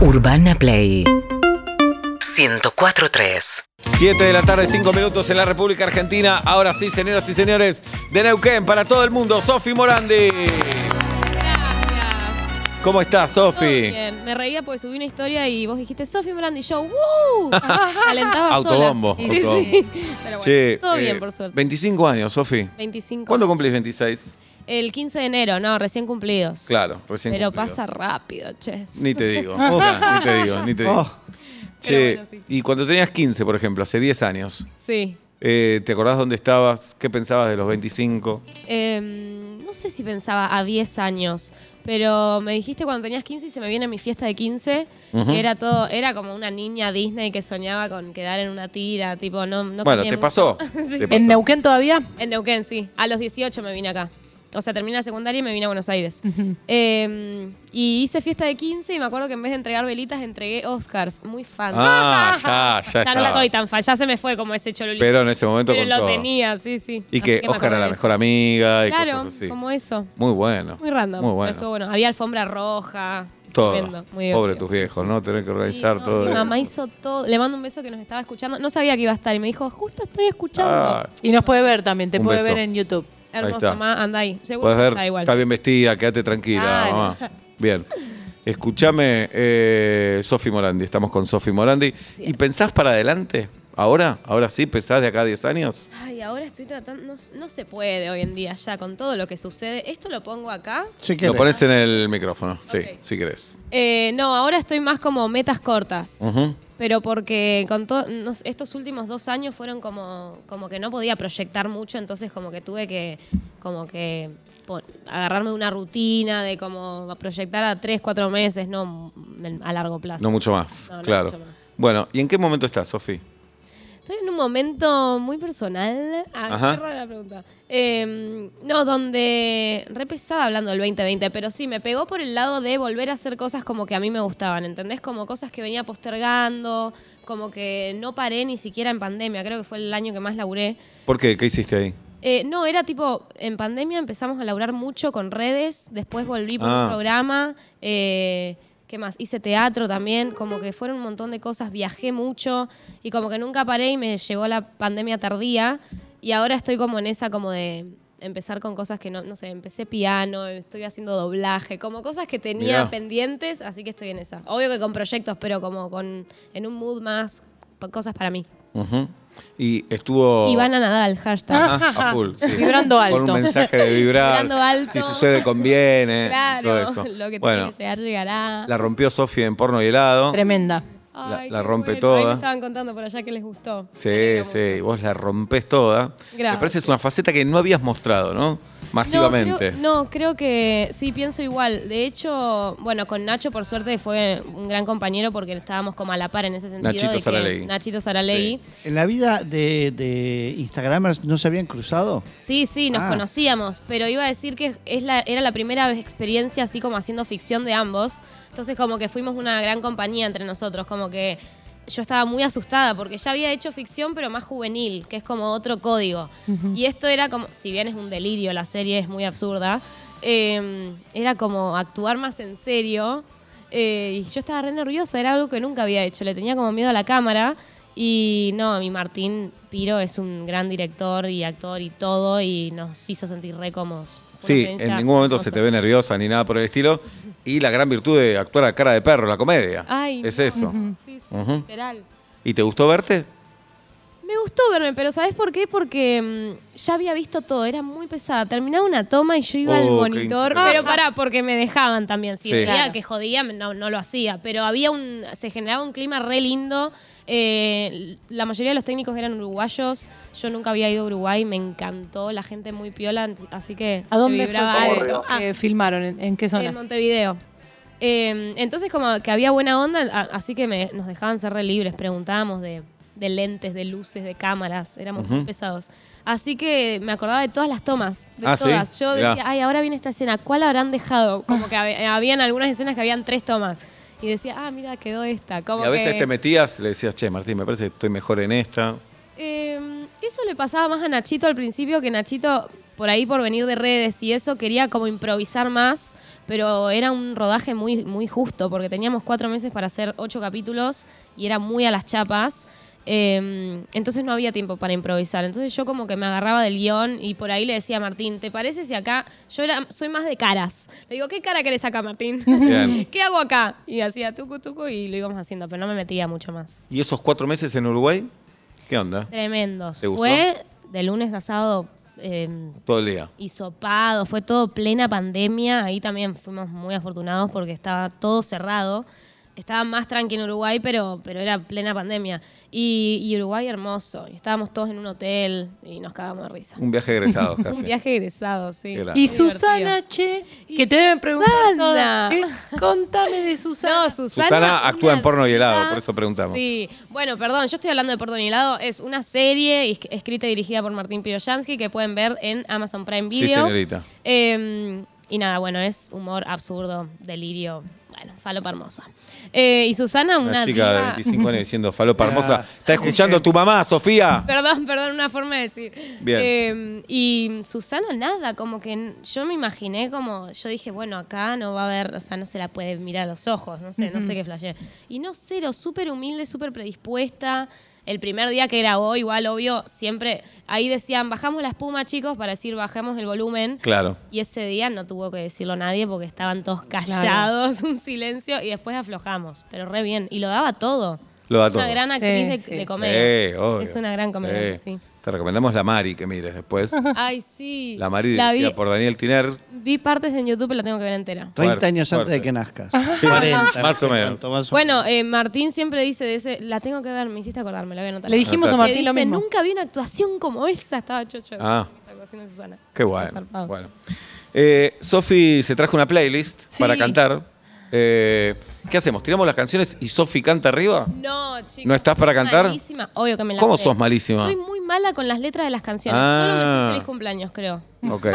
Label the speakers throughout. Speaker 1: Urbana Play 104.3
Speaker 2: 7 de la tarde, 5 minutos en la República Argentina. Ahora sí, señoras y señores, de Neuquén para todo el mundo, Sofi Morandi.
Speaker 3: Gracias.
Speaker 2: ¿Cómo estás,
Speaker 3: Todo
Speaker 2: Sofi?
Speaker 3: bien. Me reía porque subí una historia y vos dijiste Sofi Morandi y yo, ¡Woo! Calentaba
Speaker 2: Autobombo,
Speaker 3: sola. Sí,
Speaker 2: autobombo.
Speaker 3: sí. Pero bueno,
Speaker 2: Che,
Speaker 3: todo
Speaker 2: eh,
Speaker 3: bien, por suerte.
Speaker 2: 25 años, Sofi.
Speaker 3: 25.
Speaker 2: ¿Cuándo cumplís 26?
Speaker 3: El 15 de enero, no, recién cumplidos.
Speaker 2: Claro, recién.
Speaker 3: Pero
Speaker 2: cumplido.
Speaker 3: pasa rápido, che.
Speaker 2: Ni te digo, Hola, ni te digo, ni te digo. Che,
Speaker 3: bueno, sí.
Speaker 2: y cuando tenías 15, por ejemplo, hace 10 años,
Speaker 3: Sí.
Speaker 2: eh, ¿te acordás dónde estabas? ¿Qué pensabas de los 25?
Speaker 3: Em, no sé si pensaba a 10 años, pero me dijiste cuando tenías 15 y se me viene mi fiesta de 15, que era todo, era como una niña Disney que soñaba con quedar en una tira, tipo, no, no
Speaker 2: bueno,
Speaker 3: cambié
Speaker 2: ¿te
Speaker 3: mucho.
Speaker 2: pasó?
Speaker 3: Sí.
Speaker 2: ¿Te pasó?
Speaker 4: ¿En Neuquén todavía?
Speaker 3: En Neuquén, sí. A los 18 me vine acá. O sea, terminé la secundaria y me vine a Buenos Aires. Eh, y hice fiesta de 15 y me acuerdo que en vez de entregar velitas, entregué Oscars. Muy fan.
Speaker 2: Ah, ya, ya
Speaker 3: ya no
Speaker 2: estaba.
Speaker 3: soy tan fan. Ya se me fue como ese cholulito.
Speaker 2: Pero en ese momento
Speaker 3: Pero
Speaker 2: con
Speaker 3: lo
Speaker 2: todo.
Speaker 3: tenía, sí, sí.
Speaker 2: Y
Speaker 3: Así
Speaker 2: que
Speaker 3: me
Speaker 2: Oscar
Speaker 3: acordé
Speaker 2: era la
Speaker 3: de
Speaker 2: mejor amiga y
Speaker 3: eso. Claro,
Speaker 2: cosas así.
Speaker 3: como eso.
Speaker 2: Muy bueno.
Speaker 3: Muy random.
Speaker 2: Muy
Speaker 3: Pero
Speaker 2: bueno.
Speaker 3: estuvo bueno. Había alfombra roja.
Speaker 2: Todo.
Speaker 3: Tremendo. Muy
Speaker 2: Pobre
Speaker 3: divertido.
Speaker 2: tus viejos, ¿no? Tener que organizar
Speaker 3: Sí, no,
Speaker 2: todo.
Speaker 3: Mi
Speaker 2: eso.
Speaker 3: mamá hizo todo. Le mando un beso que nos estaba escuchando. No sabía que iba a estar y me dijo, justo estoy escuchando.
Speaker 2: Ah,
Speaker 4: Y nos puede ver también, te
Speaker 2: Un
Speaker 4: puede
Speaker 2: beso.
Speaker 4: ver en YouTube.
Speaker 2: Ahí
Speaker 3: Hermosa,
Speaker 2: está.
Speaker 3: mamá, anda ahí. Seguro
Speaker 2: Puedes
Speaker 3: que
Speaker 2: ver,
Speaker 3: está igual. Ah,
Speaker 2: está bien vestida, quédate tranquila,
Speaker 3: Claro.
Speaker 2: mamá. Bien. Escúchame, eh, Sofi Morandi, estamos con Sofi Morandi. ¿Y pensás para adelante? ¿Ahora? ¿Ahora sí? ¿Pensás de acá a 10 años?
Speaker 3: Ay, ahora estoy tratando. No, s- no se puede hoy en día ya con todo lo que sucede. ¿Esto lo pongo acá?
Speaker 5: Si
Speaker 2: Lo
Speaker 5: querés.
Speaker 2: pones en el micrófono, sí,
Speaker 3: Ok.
Speaker 2: si querés.
Speaker 3: Eh, no, ahora estoy más como metas cortas.
Speaker 2: Ujú.
Speaker 3: Pero porque con todo no sé, estos últimos dos años fueron como, como que no podía proyectar mucho, entonces como que tuve que, como que po- agarrarme de una rutina de como proyectar a tres, cuatro meses, no mm, a largo plazo.
Speaker 2: No mucho más,
Speaker 3: No, no
Speaker 2: claro.
Speaker 3: mucho más.
Speaker 2: Bueno, ¿y en qué momento estás, Sofi?
Speaker 3: Estoy en un momento muy personal. Ah,
Speaker 2: Ajá.
Speaker 3: qué rara la pregunta. Eh, no, donde re pesada hablando del 2020, pero sí, me pegó por el lado de volver a hacer cosas como que a mí me gustaban, ¿entendés? Como cosas que venía postergando, como que no paré ni siquiera en pandemia, creo que fue el año que más laburé.
Speaker 2: ¿Por qué? ¿Qué hiciste ahí?
Speaker 3: Eh, no, era tipo, en pandemia empezamos a laburar mucho con redes, después volví por
Speaker 2: Ah.
Speaker 3: un programa, eh, ¿qué más? Hice teatro también, como que fueron un montón de cosas, viajé mucho y como que nunca paré y me llegó la pandemia tardía y ahora estoy como en esa como de empezar con cosas que no, no sé, empecé piano, estoy haciendo doblaje, como cosas que tenía
Speaker 2: Mirá.
Speaker 3: pendientes, así que estoy en esa. Obvio que con proyectos, pero como con en un mood más, pa- cosas para mí.
Speaker 2: Ujú. Y estuvo...
Speaker 3: Ivana Nadal, hashtag.
Speaker 2: Oh. Ajá, a full, sí.
Speaker 4: Vibrando alto.
Speaker 2: Con un mensaje de vibrar.
Speaker 3: Vibrando alto.
Speaker 2: Si sucede, conviene.
Speaker 3: Claro,
Speaker 2: todo eso.
Speaker 3: lo que
Speaker 2: bueno,
Speaker 3: tiene que llegar llegará.
Speaker 2: la rompió Sofía en porno y helado.
Speaker 4: Tremenda.
Speaker 2: la-
Speaker 3: Ay,
Speaker 2: la
Speaker 3: qué
Speaker 2: rompe
Speaker 3: Ahí
Speaker 2: toda.
Speaker 3: me estaban contando por allá que les gustó.
Speaker 2: Sí,
Speaker 3: Me alegro
Speaker 2: sí,
Speaker 3: mucho.
Speaker 2: y vos la rompés toda. Me
Speaker 3: Gracias.
Speaker 2: parece que es una faceta que no habías mostrado, ¿no? Masivamente.
Speaker 3: No creo, no, creo que sí, pienso igual. De hecho, bueno, con Nacho por suerte fue un gran compañero porque estábamos como a la par en ese sentido.
Speaker 2: Nachito
Speaker 3: de que-
Speaker 2: Saralegui.
Speaker 3: Nachito Saralegui.
Speaker 5: ¿En la vida de, de Instagramers no se habían cruzado?
Speaker 3: Sí, sí, nos
Speaker 5: Ah.
Speaker 3: conocíamos, pero iba a decir que es la, era la primera vez- experiencia así como haciendo ficción de ambos. Entonces como que fuimos una gran compañía entre nosotros, como que yo estaba muy asustada porque ya había hecho ficción pero más juvenil, que es como otro código. Y esto era como, si bien es un delirio, la serie es muy absurda, eh, era como actuar más en serio. eh, y yo estaba re nerviosa, era algo que nunca había hecho, le tenía como miedo a la cámara. Y no, mi Martín Piro es un gran director y actor y todo, y nos hizo sentir re cómodos. Fue una
Speaker 2: Sí, en
Speaker 3: experiencia
Speaker 2: ningún momento se
Speaker 3: hermosa.
Speaker 2: te ve nerviosa ni nada por el estilo. Y la gran virtud de actuar a cara de perro, la comedia.
Speaker 3: Ay,
Speaker 2: es
Speaker 3: no.
Speaker 2: eso.
Speaker 3: Sí, sí,
Speaker 2: Ujú.
Speaker 3: literal.
Speaker 2: ¿Y te gustó verte?
Speaker 3: Me gustó verme, pero ¿sabes por qué? Porque mm, ya había visto todo, era muy pesada. Terminaba una toma y yo iba al
Speaker 2: Oh, qué
Speaker 3: monitor.
Speaker 2: increíble.
Speaker 3: Pero pará, porque me dejaban también. Si
Speaker 2: Sí.
Speaker 3: veía
Speaker 4: Ah, Claro.
Speaker 3: que jodía, no, no lo hacía. Pero había un. se generaba un clima re lindo. Eh, la mayoría de los técnicos eran uruguayos. Yo nunca había ido a Uruguay, me encantó, la gente muy piola, así que
Speaker 4: ¿A
Speaker 3: se
Speaker 4: dónde fue
Speaker 3: vibraba
Speaker 4: que-
Speaker 3: alto. Ah,
Speaker 4: que filmaron? ¿En, en qué
Speaker 3: en
Speaker 4: zona?
Speaker 3: Montevideo. Eh, entonces, como que había buena onda, a- así que me- nos dejaban ser re libres, preguntábamos de, de lentes, de luces, de cámaras, éramos muy pesados. Así que me acordaba de todas las tomas, de
Speaker 2: Ah, ¿sí?
Speaker 3: todas. Yo
Speaker 2: Mirá.
Speaker 3: decía, ay, ahora viene esta escena, ¿cuál habrán dejado? Como que hab- habían algunas escenas que habían tres tomas. Y decía, ah, mira, quedó esta. Como
Speaker 2: Y a veces
Speaker 3: que-
Speaker 2: te metías, le decías, che, Martín, me parece que estoy mejor en esta.
Speaker 3: Em, Eh, eso le pasaba más a Nachito al principio, que Nachito por ahí por venir de redes y eso, quería como improvisar más, pero era un rodaje muy, muy justo, porque teníamos cuatro meses para hacer ocho capítulos y era muy a las chapas. Eh, entonces no había tiempo para improvisar. Entonces yo como que me agarraba del guión y por ahí le decía a Martín, ¿te parece si acá? Yo era, soy más de caras. Le digo, ¿qué cara querés acá, Martín?
Speaker 2: Bien.
Speaker 3: ¿Qué hago acá? Y hacía tucu tucu y lo íbamos haciendo, pero no me metía mucho más.
Speaker 2: ¿Y esos cuatro meses en Uruguay? ¿Qué onda?
Speaker 3: Tremendos.
Speaker 2: ¿Te gustó?
Speaker 3: Fue de lunes a sábado eh,
Speaker 2: Todo el día.
Speaker 3: hisopado, fue todo plena pandemia. Ahí también fuimos muy afortunados porque estaba todo cerrado. Estaba más tranqui en Uruguay, pero, pero era plena pandemia. Y, y Uruguay hermoso. Y estábamos todos en un hotel y nos cagamos de risa.
Speaker 2: Un viaje de egresados casi.
Speaker 3: Un viaje egresado, sí.
Speaker 2: Qué grande.
Speaker 4: Y
Speaker 3: Muy divertido.
Speaker 4: Susana, che,
Speaker 3: Y
Speaker 4: que te deben preguntar
Speaker 3: Susana.
Speaker 4: todas. ¿Qué? Contame de Susana.
Speaker 3: No, Susana.
Speaker 2: Susana actúa
Speaker 3: una
Speaker 2: en porno y helado,
Speaker 3: diva.
Speaker 2: por eso preguntamos.
Speaker 3: Sí. Bueno, perdón, yo estoy hablando de porno y helado. Es una serie is- escrita y dirigida por Martín Piroyansky que pueden ver en Amazon Prime
Speaker 2: Sí,
Speaker 3: Video.
Speaker 2: señorita.
Speaker 3: Eh, y nada, bueno, es humor absurdo, delirio, bueno, falopa hermosa. Eh, y Susana, una,
Speaker 2: Una chica de
Speaker 3: diva-
Speaker 2: 25 años diciendo falopa hermosa.
Speaker 5: Ah.
Speaker 2: ¿Está escuchando tu mamá, Sofía?
Speaker 3: Perdón, perdón, una forma de decir.
Speaker 2: Ah. Bien.
Speaker 3: Eh, y Susana, nada, como que n- yo me imaginé como, yo dije, bueno, acá no va a haber, o sea, no se la puede mirar a los ojos, no sé, no sé qué flashé. Y no, cero, súper humilde, súper predispuesta. El primer día que grabó, igual, obvio, siempre, ahí decían, bajamos la espuma, chicos, para decir, bajamos el volumen.
Speaker 2: Claro.
Speaker 3: Y ese día no tuvo que decirlo nadie porque estaban todos callados, un silencio, y después aflojamos. Pero re bien. Y lo daba todo.
Speaker 2: Lo da
Speaker 3: es una
Speaker 2: todo.
Speaker 3: gran
Speaker 4: Sí,
Speaker 3: actriz de,
Speaker 4: sí.
Speaker 3: de comedia.
Speaker 2: Sí, obvio.
Speaker 3: Es una gran comediante, sí.
Speaker 2: Te recomendamos La Mari que mires después.
Speaker 3: Ay, sí.
Speaker 2: La Mari
Speaker 3: La vi,
Speaker 2: dirigida por Daniel Tiner.
Speaker 3: vi partes en YouTube y la tengo que ver entera.
Speaker 5: 30
Speaker 2: Fuerte,
Speaker 5: años antes de
Speaker 2: fuerte.
Speaker 5: que nazcas. 40.
Speaker 2: Más o
Speaker 5: no sé
Speaker 2: menos.
Speaker 5: cuánto, más o
Speaker 3: Bueno, eh, Martín siempre dice de ese, la tengo que ver, me hiciste acordarme, la voy a anotar.
Speaker 4: Le dijimos a
Speaker 2: Anotá.
Speaker 3: Que
Speaker 4: Martín lo
Speaker 3: dice,
Speaker 4: mismo.
Speaker 3: nunca vi una actuación como esa, estaba chocho.
Speaker 2: Ah.
Speaker 3: Esa actuación de Susana.
Speaker 2: Qué
Speaker 3: Zarpado.
Speaker 2: bueno. bueno. Eh, Sofi se trajo una playlist
Speaker 4: Sí.
Speaker 2: para cantar. Eh, ¿Qué hacemos? ¿Tiramos las canciones y Sofi canta arriba?
Speaker 3: No, chicos.
Speaker 2: ¿No estás para
Speaker 3: soy
Speaker 2: cantar?
Speaker 3: Malísima. Obvio que me la
Speaker 2: ¿Cómo
Speaker 3: sé.
Speaker 2: sos malísima?
Speaker 3: Soy muy mala con las letras de las canciones.
Speaker 2: Ah.
Speaker 3: Solo me sé feliz cumpleaños, creo.
Speaker 2: Ok.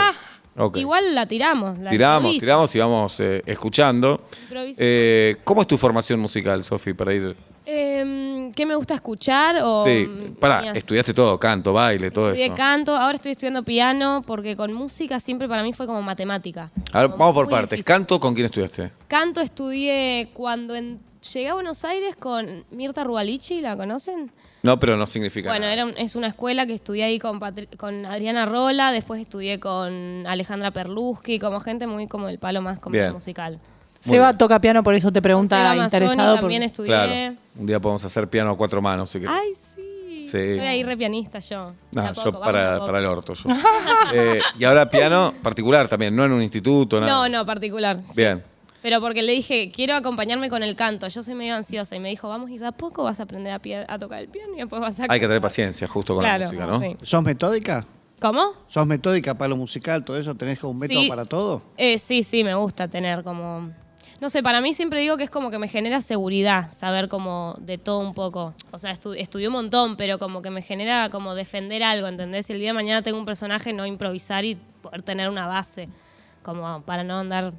Speaker 2: ok.
Speaker 3: Ah, Igual la tiramos. La
Speaker 2: Tiramos,
Speaker 3: improviso.
Speaker 2: tiramos y vamos eh, escuchando.
Speaker 3: Improviso.
Speaker 2: Eh, ¿Cómo es tu formación musical, Sofi, para ir?
Speaker 3: Em, ¿Qué me gusta escuchar? O, mm,
Speaker 2: sí, pará,
Speaker 3: Mira,
Speaker 2: estudiaste todo, canto, baile, todo
Speaker 3: estudié
Speaker 2: eso.
Speaker 3: canto, ahora estoy estudiando piano porque con música siempre para mí fue como matemática.
Speaker 2: A ver,
Speaker 3: Como
Speaker 2: vamos por
Speaker 3: muy
Speaker 2: partes.
Speaker 3: difícil.
Speaker 2: ¿Canto con quién estudiaste?
Speaker 3: Canto estudié cuando en- llegué a Buenos Aires con Mirta Rubalichi, ¿la conocen?
Speaker 2: No, pero no significa
Speaker 3: Bueno,
Speaker 2: nada.
Speaker 3: era un- es una escuela que estudié ahí con, Patri- con Adriana Rola, después estudié con Alejandra Perluski, como gente muy como el palo más como
Speaker 2: Bien.
Speaker 3: musical.
Speaker 4: Seba
Speaker 2: bien.
Speaker 4: toca piano, por eso te pregunta
Speaker 3: Seba Mazzoni
Speaker 4: interesado. por-
Speaker 3: también estudié.
Speaker 2: Claro. Un día podemos hacer piano a cuatro manos, si querés.
Speaker 3: Ay, sí.
Speaker 2: Sí.
Speaker 3: Soy ahí re pianista yo.
Speaker 2: No,
Speaker 3: De a poco,
Speaker 2: yo
Speaker 3: vamos de a
Speaker 2: para,
Speaker 3: poco.
Speaker 2: para el orto. yo. Eh, y ahora piano particular también, no en un instituto, nada.
Speaker 3: No, no, particular. sí.
Speaker 2: Bien.
Speaker 3: Pero porque le dije, quiero acompañarme con el canto. Yo soy medio ansiosa. Y me dijo, vamos a ir de a poco, vas a aprender a, pie- a tocar el piano y después vas a.
Speaker 2: Hay que tener paciencia justo con
Speaker 3: Claro,
Speaker 2: la música, ¿no?
Speaker 3: sí.
Speaker 5: menos. ¿Sos metódica?
Speaker 3: ¿Cómo?
Speaker 5: ¿Sos metódica para lo musical, todo eso? ¿Tenés como un método
Speaker 3: Sí.
Speaker 5: para todo?
Speaker 3: Eh, sí, sí, me gusta tener como. No sé, para mí siempre digo que es como que me genera seguridad saber como de todo un poco. O sea, estu- estudié un montón, pero como que me genera como defender algo, ¿entendés? Si el día de mañana tengo un personaje, no improvisar y poder tener una base, como para no andar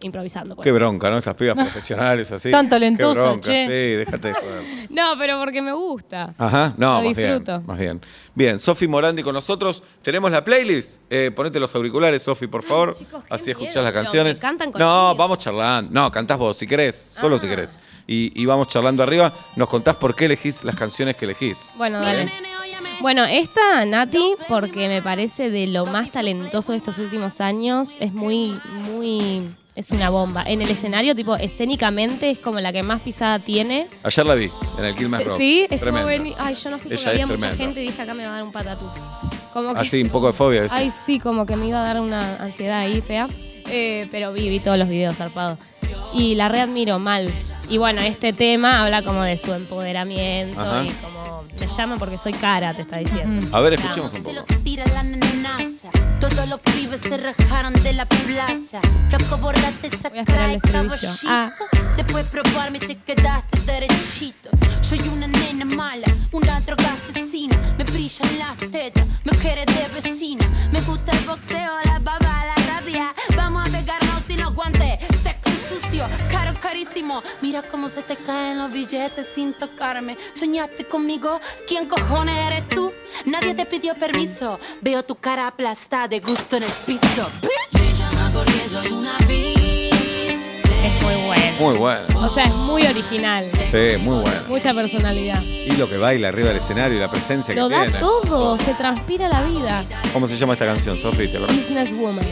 Speaker 3: improvisando. pues. por
Speaker 2: Qué bronca, ¿no? Estas pibas profesionales así.
Speaker 4: Tan
Speaker 2: talentoso,
Speaker 4: talentosas,
Speaker 2: Qué bronca,
Speaker 4: che.
Speaker 2: sí, déjate de joder.
Speaker 3: No, pero porque me gusta.
Speaker 5: Ah,
Speaker 2: Ajá, no,
Speaker 3: Lo
Speaker 2: más bien,
Speaker 3: disfruto.
Speaker 2: más bien. Bien, Sofi Morandi con nosotros. ¿Tenemos la playlist? Eh, ponete los auriculares, Sofi, por favor.
Speaker 3: chicos, qué
Speaker 2: Así escuchás
Speaker 3: miedo,
Speaker 2: las
Speaker 3: pero
Speaker 2: canciones.
Speaker 3: me cantan
Speaker 2: no,
Speaker 3: conmigo.
Speaker 2: vamos charlando. No, cantás vos, si querés, solo
Speaker 3: Ah.
Speaker 2: si querés. Y, y vamos charlando arriba. Nos contás por qué elegís las canciones que elegís. ¿Eh?
Speaker 3: Bueno, dale. Bueno, esta Nati, porque me parece de lo más talentoso de estos últimos años, es muy, muy, es una bomba. En el escenario, tipo, escénicamente es como la que más pisada tiene.
Speaker 2: Ayer la vi en el Kilmer Rock.
Speaker 3: Sí, es
Speaker 2: Tremendo.
Speaker 3: Ay, yo no fui porque
Speaker 2: Ella
Speaker 3: había
Speaker 2: es
Speaker 3: mucha
Speaker 2: tremendo.
Speaker 3: gente y dije acá me va a dar un patatús. Como que,
Speaker 2: Así, un poco de fobia. a veces.
Speaker 3: Ay, sí, como que me iba a dar una ansiedad ahí fea. Eh, pero vi, vi todos los videos zarpados. Y la readmiro mal. Y bueno, este tema habla como de su empoderamiento
Speaker 2: Ajá.
Speaker 3: y como me llama porque soy cara, te está diciendo.
Speaker 2: A ver, escuchemos un
Speaker 1: Se lo
Speaker 2: poco.
Speaker 1: tira la nenaza. Todos los pibes se rajaron de la plaza. Loco, borraste esa
Speaker 3: Voy a esperar
Speaker 1: cara
Speaker 3: el
Speaker 1: de
Speaker 3: estribillo.
Speaker 1: caballito.
Speaker 3: Ah.
Speaker 1: Después probarme y te quedaste derechito. Soy una nena mala, una droga asesina. Me brillan las tetas, mujeres de vecina. Me gusta el boxeo, la baba, la rabia. Vamos a pegarnos sin los guantes. Sexo sucio, caro, carísimo. como, mira cómo se te caen los billetes sin tocarme. Soñaste conmigo, ¿quién cojones eres tú? Nadie te pidió permiso. Veo tu cara aplastada de gusto en el piso.
Speaker 3: Es muy bueno.
Speaker 2: Muy bueno.
Speaker 3: O sea, es muy original.
Speaker 2: Sí, muy bueno.
Speaker 3: Mucha personalidad.
Speaker 2: Y lo que baila arriba del escenario y la presencia
Speaker 3: Lo
Speaker 2: que
Speaker 3: da
Speaker 2: tiene.
Speaker 3: todo, se transpira la vida.
Speaker 2: ¿Cómo se llama esta canción, Sofi? ¿Te acordás?
Speaker 3: Businesswoman.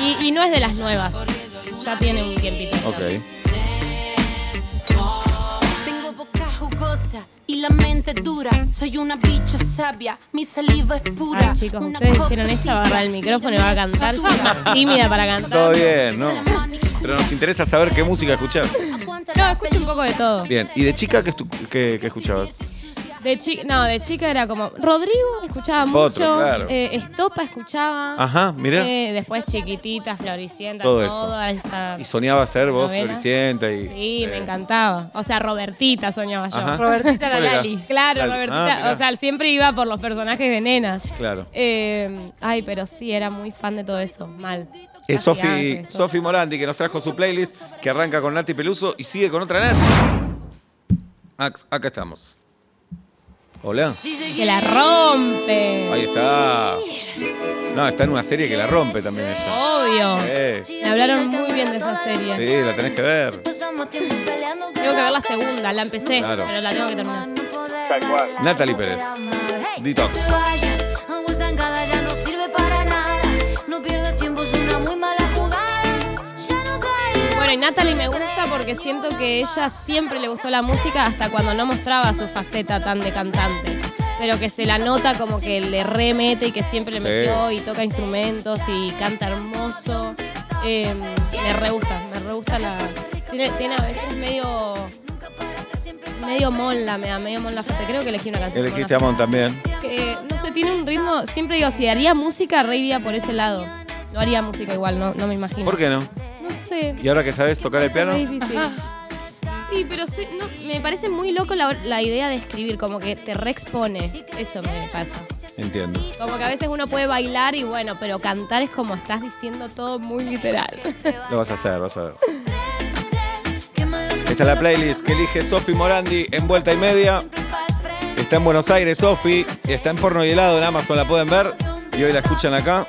Speaker 3: Y, y no es de las nuevas. Ya tiene un tiempito.
Speaker 2: Ok.
Speaker 1: Tengo boca jugosa y la mente dura. Soy una bicha sabia, mi saliva es pura.
Speaker 3: Ah, chicos,
Speaker 1: Una
Speaker 3: ustedes
Speaker 1: copa
Speaker 3: dijeron esta va a agarrar el micrófono y va a cantar. Soy más tímida para cantar.
Speaker 2: Todo bien, ¿no? Pero nos interesa saber qué música escuchar.
Speaker 1: Aguanta
Speaker 3: No,
Speaker 1: la
Speaker 3: escucho un poco de todo.
Speaker 2: Bien, ¿y de chica qué, estu- qué- qué escuchabas?
Speaker 3: De chica, no, de chica era como Rodrigo escuchaba mucho,
Speaker 2: Otro, claro.
Speaker 3: eh, Estopa escuchaba.
Speaker 2: Ajá, mirá.
Speaker 3: Eh, después chiquitita, floricienta,
Speaker 2: Todo eso.
Speaker 3: toda esa.
Speaker 2: Y soñaba ser vos,
Speaker 3: Novela.
Speaker 2: Floricienta y.
Speaker 3: Sí,
Speaker 2: eh,
Speaker 3: me encantaba. O sea, Robertita soñaba yo.
Speaker 2: Ajá.
Speaker 4: Robertita la
Speaker 2: ¿Cuál era?
Speaker 4: Lali.
Speaker 3: Claro,
Speaker 2: Claro. Ah,
Speaker 3: Robertita.
Speaker 2: mirá.
Speaker 3: o sea, siempre iba por los personajes de nenas.
Speaker 2: Claro.
Speaker 3: Eh, ay, pero sí, era muy fan de todo eso. Mal.
Speaker 2: Es
Speaker 3: Casi
Speaker 2: Eh, Sofi,
Speaker 3: antes, todo.
Speaker 2: Sofi Morandi que nos trajo su playlist que arranca con Nati Peluso y sigue con otra Nati. Ac- Acá estamos. Hola.
Speaker 3: Que la rompe.
Speaker 2: Ahí está. No, está en una serie que la rompe también ella.
Speaker 3: Obvio.
Speaker 2: Sí,
Speaker 3: Me hablaron muy bien de esa serie.
Speaker 2: sí, la tenés que ver.
Speaker 3: Tengo que ver la segunda, la empecé,
Speaker 2: Claro.
Speaker 3: pero la tengo que terminar.
Speaker 2: Natalie Pérez. Detox.
Speaker 3: Bueno, y Natalie me gusta porque siento que ella siempre le gustó la música hasta cuando no mostraba su faceta tan de cantante. Pero que se la nota como que le remete y que siempre le
Speaker 2: Sí.
Speaker 3: metió y toca instrumentos y canta hermoso. Eh, me re gusta, me re gusta la. Tiene, tiene a veces medio. medio molla, me da medio molla fuerte. Creo que elegí una canción. de
Speaker 2: Elegiste
Speaker 3: Mon
Speaker 2: a
Speaker 3: Laferte.
Speaker 2: Mon también.
Speaker 3: Eh, no sé, tiene un ritmo. Siempre digo, si haría música, re iría por ese lado. No haría música igual, no, no me imagino.
Speaker 2: ¿Por qué no?
Speaker 3: No sé.
Speaker 2: ¿Y ahora que sabes tocar el piano?
Speaker 3: Es difícil. Sí, pero soy- no, me parece muy loco la, la idea de escribir, como que te reexpone. Eso me pasa.
Speaker 2: Entiendo.
Speaker 3: Como que a veces uno puede bailar y bueno, pero cantar es como estás diciendo todo muy literal.
Speaker 2: Lo vas a hacer, vas a ver. Esta es la playlist que elige Sofi Morandi en vuelta y media. Está en Buenos Aires, Sofi. Está en porno y helado en Amazon, la pueden ver. Y hoy la escuchan acá.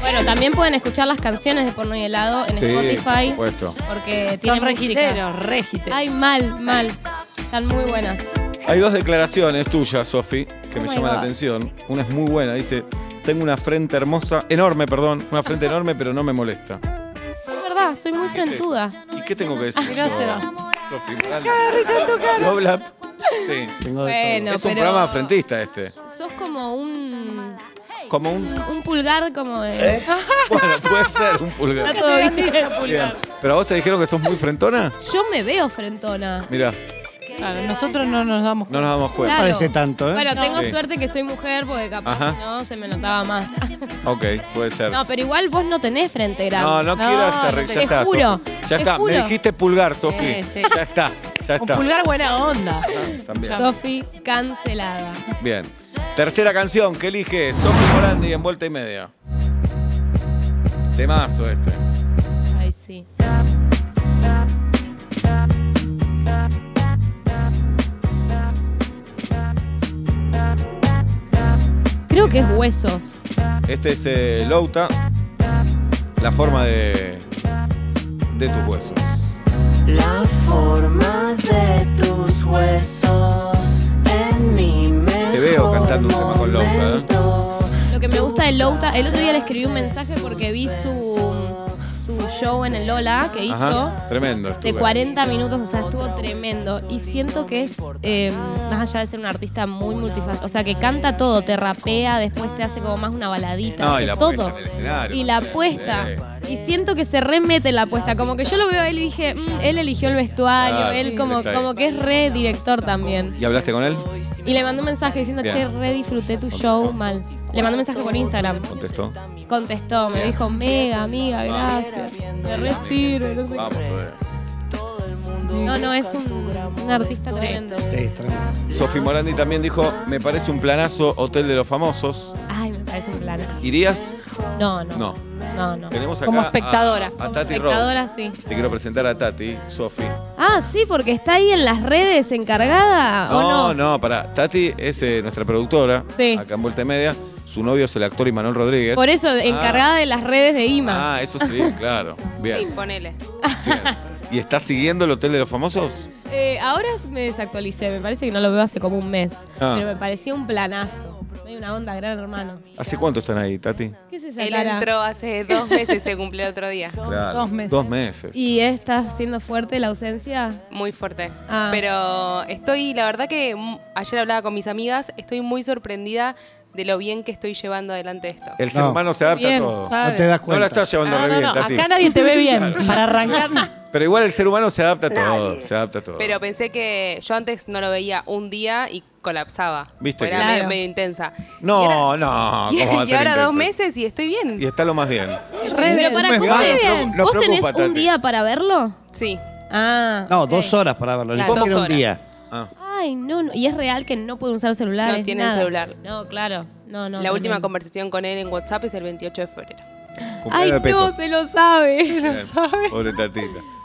Speaker 3: bueno, también pueden escuchar las canciones de Porno y Helado en Spotify.
Speaker 2: por supuesto.
Speaker 3: Porque tienen
Speaker 4: Son
Speaker 3: música.
Speaker 4: regiteros, regiteros.
Speaker 3: Ay, mal, mal. Están muy buenas.
Speaker 2: Hay dos declaraciones tuyas, Sofi, que
Speaker 3: Oh
Speaker 2: me
Speaker 3: my
Speaker 2: llaman la
Speaker 3: God.
Speaker 2: atención. Una es muy buena, dice, tengo una frente hermosa, enorme, perdón, una frente enorme, pero no me molesta.
Speaker 3: Es verdad, soy muy
Speaker 2: ¿Qué es eso?
Speaker 3: frentuda.
Speaker 2: ¿Y qué tengo que decir?
Speaker 3: Ah,
Speaker 4: Mirá,
Speaker 2: yo?
Speaker 4: se va.
Speaker 2: Sofi, Morandi. Dobla. Sí.
Speaker 5: Tengo de
Speaker 3: Bueno,
Speaker 2: es un
Speaker 3: pero
Speaker 2: programa frentista este.
Speaker 3: sos como un,
Speaker 2: Como un...
Speaker 3: un pulgar como de...
Speaker 2: ¿Eh? Bueno, puede ser un pulgar.
Speaker 3: Está todo bien.
Speaker 2: Bien. ¿Pero a vos te dijeron que sos muy frentona?
Speaker 3: Yo me veo frentona.
Speaker 2: Mira,
Speaker 4: Claro, nosotros no nos damos
Speaker 2: no nos damos cuenta.
Speaker 3: Claro.
Speaker 5: parece tanto, ¿eh?
Speaker 3: Bueno, tengo
Speaker 2: Sí.
Speaker 3: suerte que soy mujer porque capaz
Speaker 2: Ajá.
Speaker 3: si no se me notaba más.
Speaker 2: Ok, puede ser.
Speaker 3: no, pero igual vos no tenés frente grande.
Speaker 2: No, no,
Speaker 4: No,
Speaker 2: quieras
Speaker 4: no
Speaker 2: arreglar.
Speaker 4: te-
Speaker 2: ya
Speaker 3: te
Speaker 2: está,
Speaker 3: juro,
Speaker 2: Sofi. Ya
Speaker 3: te
Speaker 2: está, me
Speaker 3: juro.
Speaker 2: dijiste pulgar, Sofi.
Speaker 4: Sí, sí.
Speaker 2: Ya está, ya
Speaker 4: Un
Speaker 2: está.
Speaker 4: pulgar buena onda.
Speaker 2: Ah, También.
Speaker 3: Sofi cancelada.
Speaker 2: Bien. Tercera canción que elige Sofi Morandi en vuelta y media. Temazo este.
Speaker 3: Ay, sí. Creo que es huesos.
Speaker 2: Este es eh, Louta. La forma de. de tus huesos.
Speaker 6: La forma de tus huesos en mi mente.
Speaker 2: Te veo cantando un tema con Louta, ¿eh?
Speaker 3: Lo que me gusta de Louta, el otro día le escribí un mensaje porque vi su, su show en el Lola que hizo.
Speaker 2: Ajá. Tremendo.
Speaker 3: de
Speaker 2: estuve.
Speaker 3: 40 minutos, o sea, estuvo tremendo. Y siento que es, eh, más allá de ser un artista muy multifacético, o sea, que canta todo, te rapea, después te hace como más una baladita,
Speaker 2: No, y
Speaker 3: hace
Speaker 2: la puesta
Speaker 3: todo.
Speaker 2: en el escenario
Speaker 3: y la
Speaker 2: también, eh.
Speaker 3: apuesta. Y siento que se remete en la apuesta. Como que yo lo veo a él y dije, "Mm, él eligió el vestuario,
Speaker 2: Claro,
Speaker 3: él
Speaker 2: Ah, sí,
Speaker 3: como,
Speaker 2: está ahí.
Speaker 3: como que es re director también.
Speaker 2: ¿Y hablaste con él?
Speaker 3: Y le mandé un mensaje diciendo,
Speaker 2: Bien.
Speaker 3: che, re disfruté tu show mal. Le mandé un mensaje por Instagram.
Speaker 2: Contestó.
Speaker 3: Contestó, me dijo, mega, amiga,
Speaker 2: Vamos.
Speaker 3: gracias. Me re sirve. no sé qué".
Speaker 2: Vamos, joder.
Speaker 3: No, no, es un, un artista tremendo.
Speaker 5: Te extraño.
Speaker 2: Sofi Morandi también dijo: Me parece un planazo Hotel de los Famosos.
Speaker 3: Ay, me parece un planazo.
Speaker 2: ¿Irías?
Speaker 3: No, no.
Speaker 2: No.
Speaker 3: No, no.
Speaker 2: Tenemos acá
Speaker 4: Como
Speaker 2: a-
Speaker 4: espectadora.
Speaker 2: A, Tati Rowe.
Speaker 3: Espectadora, sí.
Speaker 2: Te quiero presentar a Tati, Sofi.
Speaker 3: Ah, sí, porque está ahí en las redes encargada, Ah, ¿o no?
Speaker 2: no, pará. Tati es eh, nuestra productora
Speaker 3: Sí.
Speaker 2: acá en Vuelta y Media. Su novio es el actor Imanol Rodríguez.
Speaker 3: Por eso, encargada de las redes de IMA.
Speaker 2: Ah, eso sí, claro.
Speaker 7: Sí,
Speaker 2: Bien.
Speaker 7: ponele.
Speaker 2: bien. ¿Y estás siguiendo el Hotel de los Famosos?
Speaker 3: Eh, ahora me desactualicé, me parece que no lo veo hace como un mes.
Speaker 2: Ah.
Speaker 3: Pero me parecía un planazo. Medio una onda, gran hermano.
Speaker 2: ¿Hace cuánto están ahí, Tati?
Speaker 3: ¿Qué es esa
Speaker 7: Él
Speaker 3: cara?
Speaker 7: entró hace dos meses, se cumplió el otro día.
Speaker 2: Claro.
Speaker 4: dos meses.
Speaker 2: Dos meses.
Speaker 3: ¿Y está siendo fuerte la ausencia?
Speaker 7: Muy fuerte.
Speaker 3: Ah.
Speaker 7: Pero estoy, la verdad que mm, ayer hablaba con mis amigas, estoy muy sorprendida de lo bien que estoy llevando adelante esto.
Speaker 2: El ser
Speaker 5: No.
Speaker 2: humano se adapta
Speaker 4: Bien,
Speaker 2: a todo.
Speaker 4: claro.
Speaker 5: No te das
Speaker 2: No la
Speaker 5: cuenta.
Speaker 2: estás llevando
Speaker 4: Ah,
Speaker 2: re
Speaker 4: no,
Speaker 2: bien,
Speaker 4: no,
Speaker 2: Tati.
Speaker 4: Acá nadie te ve bien.
Speaker 2: Claro.
Speaker 4: Para arrancar, na.
Speaker 2: Pero igual el ser humano se adapta a todo. Se adapta a todo.
Speaker 7: Pero pensé que yo antes no lo veía un día y colapsaba.
Speaker 2: Viste
Speaker 7: Era
Speaker 2: que-
Speaker 7: medio,
Speaker 3: Claro.
Speaker 7: medio intensa.
Speaker 2: no,
Speaker 7: Y ahora-
Speaker 2: no.
Speaker 7: Y,
Speaker 2: ¿cómo va a
Speaker 7: y
Speaker 2: ser
Speaker 7: ahora dos
Speaker 2: intenso?
Speaker 7: meses y estoy bien.
Speaker 2: Y está lo más bien.
Speaker 3: Pero para,
Speaker 5: Un mes
Speaker 3: ¿cómo
Speaker 5: más,
Speaker 3: te-
Speaker 2: no- no
Speaker 3: ¿Vos tenés
Speaker 2: preocupa,
Speaker 3: un
Speaker 2: Tati.
Speaker 3: día para verlo?
Speaker 7: Sí.
Speaker 3: Ah.
Speaker 5: No,
Speaker 3: ok.
Speaker 5: dos horas para verlo. Ni
Speaker 7: Claro,
Speaker 5: siquiera
Speaker 7: dos
Speaker 5: un
Speaker 7: horas.
Speaker 5: día.
Speaker 2: Ah.
Speaker 3: Ay, no, no. Y es real que no puede usar celular.
Speaker 7: No tienen celular.
Speaker 3: No, claro. No, no.
Speaker 7: la última
Speaker 3: tremendo.
Speaker 7: conversación con él en WhatsApp es el 28 de febrero.
Speaker 3: Ay,
Speaker 2: Cumpleaños de
Speaker 3: no,
Speaker 2: Peto.
Speaker 3: se lo sabe.
Speaker 2: Bien, Pobre Tatita.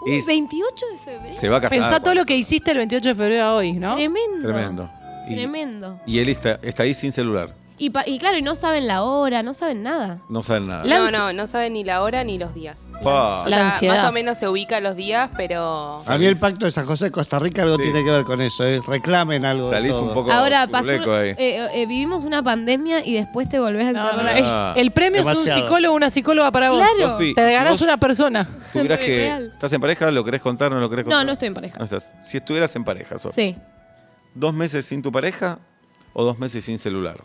Speaker 2: Y
Speaker 3: Uh, 28 de febrero.
Speaker 2: se va a casar. pues.
Speaker 4: Pensá todo lo que hiciste el 28 de febrero a hoy, ¿no?
Speaker 3: Tremendo.
Speaker 2: Tremendo. Y,
Speaker 3: Tremendo.
Speaker 2: y él está, está ahí sin celular.
Speaker 3: Y, pa- y claro, y no saben la hora, no saben nada.
Speaker 2: No saben nada.
Speaker 3: La-
Speaker 7: No,
Speaker 3: Lance-
Speaker 7: no, no sabe ni la hora ni los días.
Speaker 2: Pa.
Speaker 7: O
Speaker 4: La
Speaker 7: sea,
Speaker 4: ansiedad.
Speaker 7: más o menos se ubica los días, pero
Speaker 5: A mí el pacto de San José de Costa Rica algo
Speaker 2: Sí.
Speaker 5: tiene que ver con eso. ¿eh? Reclamen algo. de
Speaker 2: Salís
Speaker 5: todo.
Speaker 2: un poco
Speaker 3: Ahora pasó.
Speaker 2: culeco ahí.
Speaker 3: eh, eh, vivimos una pandemia y después te volvés a
Speaker 4: No,
Speaker 3: encerrar
Speaker 4: no, no.
Speaker 3: ahí.
Speaker 2: Ah.
Speaker 4: El premio es
Speaker 5: Demasiado.
Speaker 4: un psicólogo, una psicóloga para vos.
Speaker 3: Claro.
Speaker 2: Sofi,
Speaker 4: Te
Speaker 2: si
Speaker 4: ganás
Speaker 2: vos
Speaker 4: una persona.
Speaker 2: tuvieras
Speaker 3: Re
Speaker 2: que.
Speaker 3: real.
Speaker 2: ¿Estás en pareja? ¿Lo querés contar? ¿No lo querés
Speaker 3: No,
Speaker 2: contar?
Speaker 3: no estoy en pareja.
Speaker 2: No estás. Si estuvieras en pareja, Sofi.
Speaker 3: Sí.
Speaker 2: ¿Dos meses sin tu pareja o dos meses sin celular?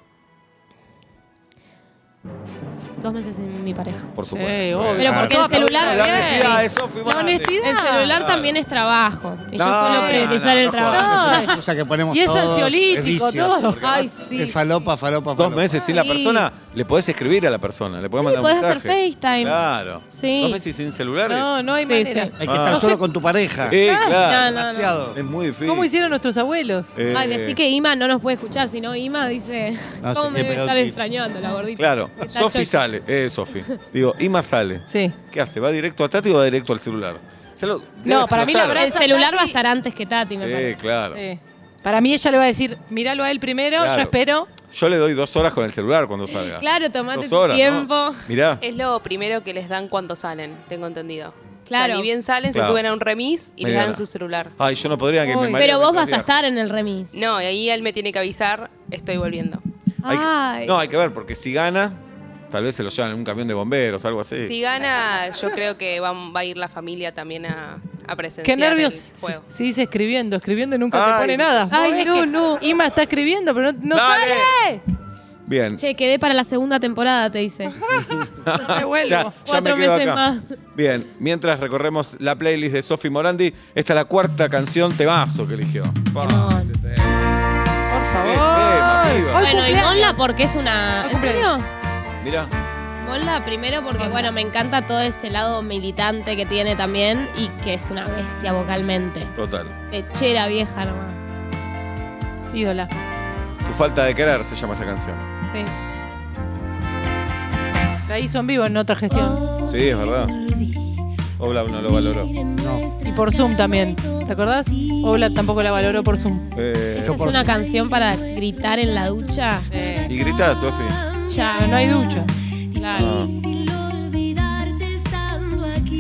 Speaker 3: Dos meses en mi pareja.
Speaker 2: Por supuesto.
Speaker 4: Sí, obvio.
Speaker 3: Pero
Speaker 5: porque el
Speaker 3: celular-
Speaker 2: La
Speaker 4: Bien.
Speaker 2: honestidad de Sofi
Speaker 4: La
Speaker 2: Morandi.
Speaker 4: honestidad.
Speaker 3: El celular
Speaker 2: Claro.
Speaker 3: también es trabajo. Y yo
Speaker 2: No,
Speaker 3: suelo
Speaker 2: no,
Speaker 3: priorizar
Speaker 2: no,
Speaker 3: el
Speaker 2: no
Speaker 3: trabajo.
Speaker 5: Es una excusa que ponemos
Speaker 4: Y es
Speaker 5: todos,
Speaker 4: ansiolítico,
Speaker 5: vicio.
Speaker 4: todo.
Speaker 3: Ay, sí.
Speaker 5: Es falopa, falopa,
Speaker 2: Dos
Speaker 5: falopa.
Speaker 2: meses sin la
Speaker 3: Ay.
Speaker 2: persona, le podés escribir a la persona, le podés mandar un
Speaker 3: podés
Speaker 2: mensaje.
Speaker 3: hacer FaceTime.
Speaker 2: Claro.
Speaker 3: Sí.
Speaker 2: Dos meses sin celulares.
Speaker 4: No, no hay
Speaker 3: Sí,
Speaker 4: manera.
Speaker 3: sí.
Speaker 5: Hay que estar
Speaker 2: Ah.
Speaker 5: solo con tu pareja.
Speaker 2: Eh, claro.
Speaker 3: Ah, No, no, no.
Speaker 5: Demasiado.
Speaker 2: Es muy difícil.
Speaker 4: ¿Cómo hicieron nuestros abuelos?
Speaker 2: Eh,
Speaker 3: Ay, decí que Ima no nos puede escuchar, si no Ima dice,
Speaker 5: No,
Speaker 3: ¿cómo
Speaker 5: sí,
Speaker 3: me
Speaker 5: le
Speaker 3: debe
Speaker 5: pegó
Speaker 3: estar
Speaker 5: el tiro.
Speaker 3: extrañando la gordita?
Speaker 2: Claro.
Speaker 3: Está
Speaker 2: Sofi
Speaker 3: chocha.
Speaker 2: sale. Eh, Sofi. Digo, Ima sale.
Speaker 4: Sí.
Speaker 2: ¿Qué hace? ¿Va directo a Tati o va directo al celular? Se lo- debe
Speaker 4: No, para mí la
Speaker 2: explotar.
Speaker 4: verdad
Speaker 3: El celular va a estar antes que Tati, me
Speaker 2: Sí,
Speaker 3: parece.
Speaker 2: claro.
Speaker 4: Sí. Para mí ella le va a decir, míralo a él primero,
Speaker 2: Claro.
Speaker 4: yo espero.
Speaker 2: Yo le doy dos horas con el celular cuando salga.
Speaker 3: Claro, tomate
Speaker 2: Dos
Speaker 3: tu
Speaker 2: horas,
Speaker 3: tiempo.
Speaker 2: ¿no? Mirá.
Speaker 7: es lo primero que les dan cuando salen, tengo entendido.
Speaker 3: Claro.
Speaker 7: Claro. ni bien salen,
Speaker 2: Claro.
Speaker 7: se suben a un remis y les
Speaker 2: Mediana.
Speaker 7: dan su celular.
Speaker 2: Ay, yo no podría que me
Speaker 4: Uy.
Speaker 2: maree
Speaker 3: Pero
Speaker 2: con
Speaker 3: vos
Speaker 2: estos
Speaker 3: vas a
Speaker 2: días.
Speaker 3: estar en el remis.
Speaker 7: No, y ahí él me tiene que avisar, estoy volviendo.
Speaker 2: Hay que-
Speaker 3: Ay.
Speaker 2: no, hay que ver, porque si gana, tal vez se lo llevan en un camión de bomberos, algo así.
Speaker 7: Si gana, yo creo que va, va a ir la familia también a, a presenciar
Speaker 4: Qué nervios.
Speaker 7: el
Speaker 4: Si,
Speaker 7: juego.
Speaker 4: si dice escribiendo, escribiendo nunca
Speaker 2: Ay.
Speaker 4: te pone nada.
Speaker 3: Ay,
Speaker 4: Vos ves
Speaker 3: no,
Speaker 4: que
Speaker 3: no.
Speaker 4: Ima está escribiendo, pero no, no
Speaker 2: Dale.
Speaker 4: sale.
Speaker 2: Bien.
Speaker 3: Che, quedé para la segunda temporada, te dice.
Speaker 4: Me vuelvo.
Speaker 2: ya, ya me
Speaker 3: Cuatro
Speaker 2: quedo
Speaker 3: meses
Speaker 2: acá.
Speaker 3: más.
Speaker 2: Bien, mientras recorremos la playlist de Sofi Morandi, esta es la cuarta canción temazo que eligió. Pa,
Speaker 3: Temón.
Speaker 2: este tema.
Speaker 4: Por favor.
Speaker 2: tema, piba.
Speaker 4: Hoy
Speaker 3: Bueno, y
Speaker 4: cumpleaños.
Speaker 3: Monla porque es una... ¿En serio?
Speaker 2: Mirá,
Speaker 3: Monla primero porque, bueno, me encanta todo ese lado militante que tiene también y que es una bestia vocalmente.
Speaker 2: total.
Speaker 3: Techera vieja nomás.
Speaker 4: Ídola.
Speaker 2: Tu falta de querer se llama esta canción.
Speaker 3: Sí.
Speaker 4: La hizo en vivo en otra gestión.
Speaker 2: Sí, es verdad. Oblab no lo valoró.
Speaker 4: Y por Zoom también. ¿Te acordás? Ola tampoco la valoró por Zoom.
Speaker 2: Eh,
Speaker 3: Esta es una canción para gritar en la ducha.
Speaker 4: Eh,
Speaker 2: y gritá, Sofi.
Speaker 4: pero no hay ducha.
Speaker 3: Claro.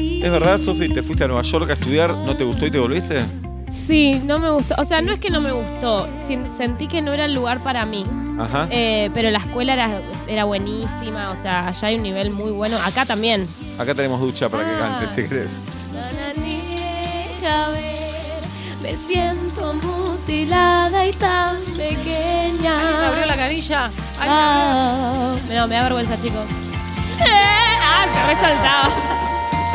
Speaker 2: ¿Es verdad, Sofi? ¿Te fuiste a Nueva York a estudiar? ¿No te gustó y te volviste?
Speaker 3: Sí, no me gustó. O sea, no es que no me gustó. sin- Sentí que no era el lugar para mí.
Speaker 2: Ajá.
Speaker 3: Eh, pero la escuela era, era buenísima. O sea, allá hay un nivel muy bueno. Acá también.
Speaker 2: Acá tenemos ducha para
Speaker 4: Ah.
Speaker 2: que cantes, si querés.
Speaker 3: Me siento mutilada y tan pequeña.
Speaker 4: ¿Me abrió la canilla? Ay,
Speaker 3: no, me da vergüenza, chicos. ah, se resaltaba.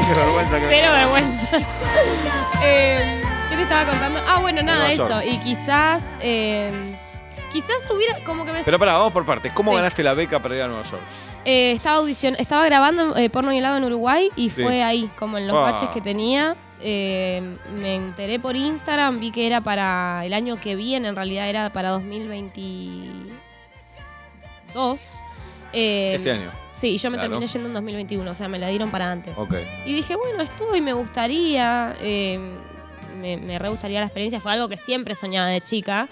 Speaker 2: Qué vergüenza que-
Speaker 3: Cero vergüenza. Eh, ¿Qué te estaba contando? Ah, bueno, nada,
Speaker 2: Nueva
Speaker 3: eso.
Speaker 2: York.
Speaker 3: Y quizás. eh, quizás hubiera. Como que me.
Speaker 2: Pero pará, vamos por partes. ¿Cómo
Speaker 3: Sí.
Speaker 2: ganaste la beca para ir a Nueva York?
Speaker 3: Eh, estaba audición, estaba grabando eh, porno y helado en Uruguay y
Speaker 2: Sí.
Speaker 3: fue ahí, como en los
Speaker 2: Ah.
Speaker 3: baches que tenía. Eh, me enteré por Instagram, vi que era para el año que viene, en realidad era para 2022. Eh,
Speaker 2: Este año.
Speaker 3: Sí, yo me
Speaker 2: Claro.
Speaker 3: terminé yendo en 2021, o sea, me la dieron para antes.
Speaker 2: Ok.
Speaker 3: Y dije, bueno, estoy, me gustaría, eh, me, me re gustaría la experiencia, fue algo que siempre soñaba de chica,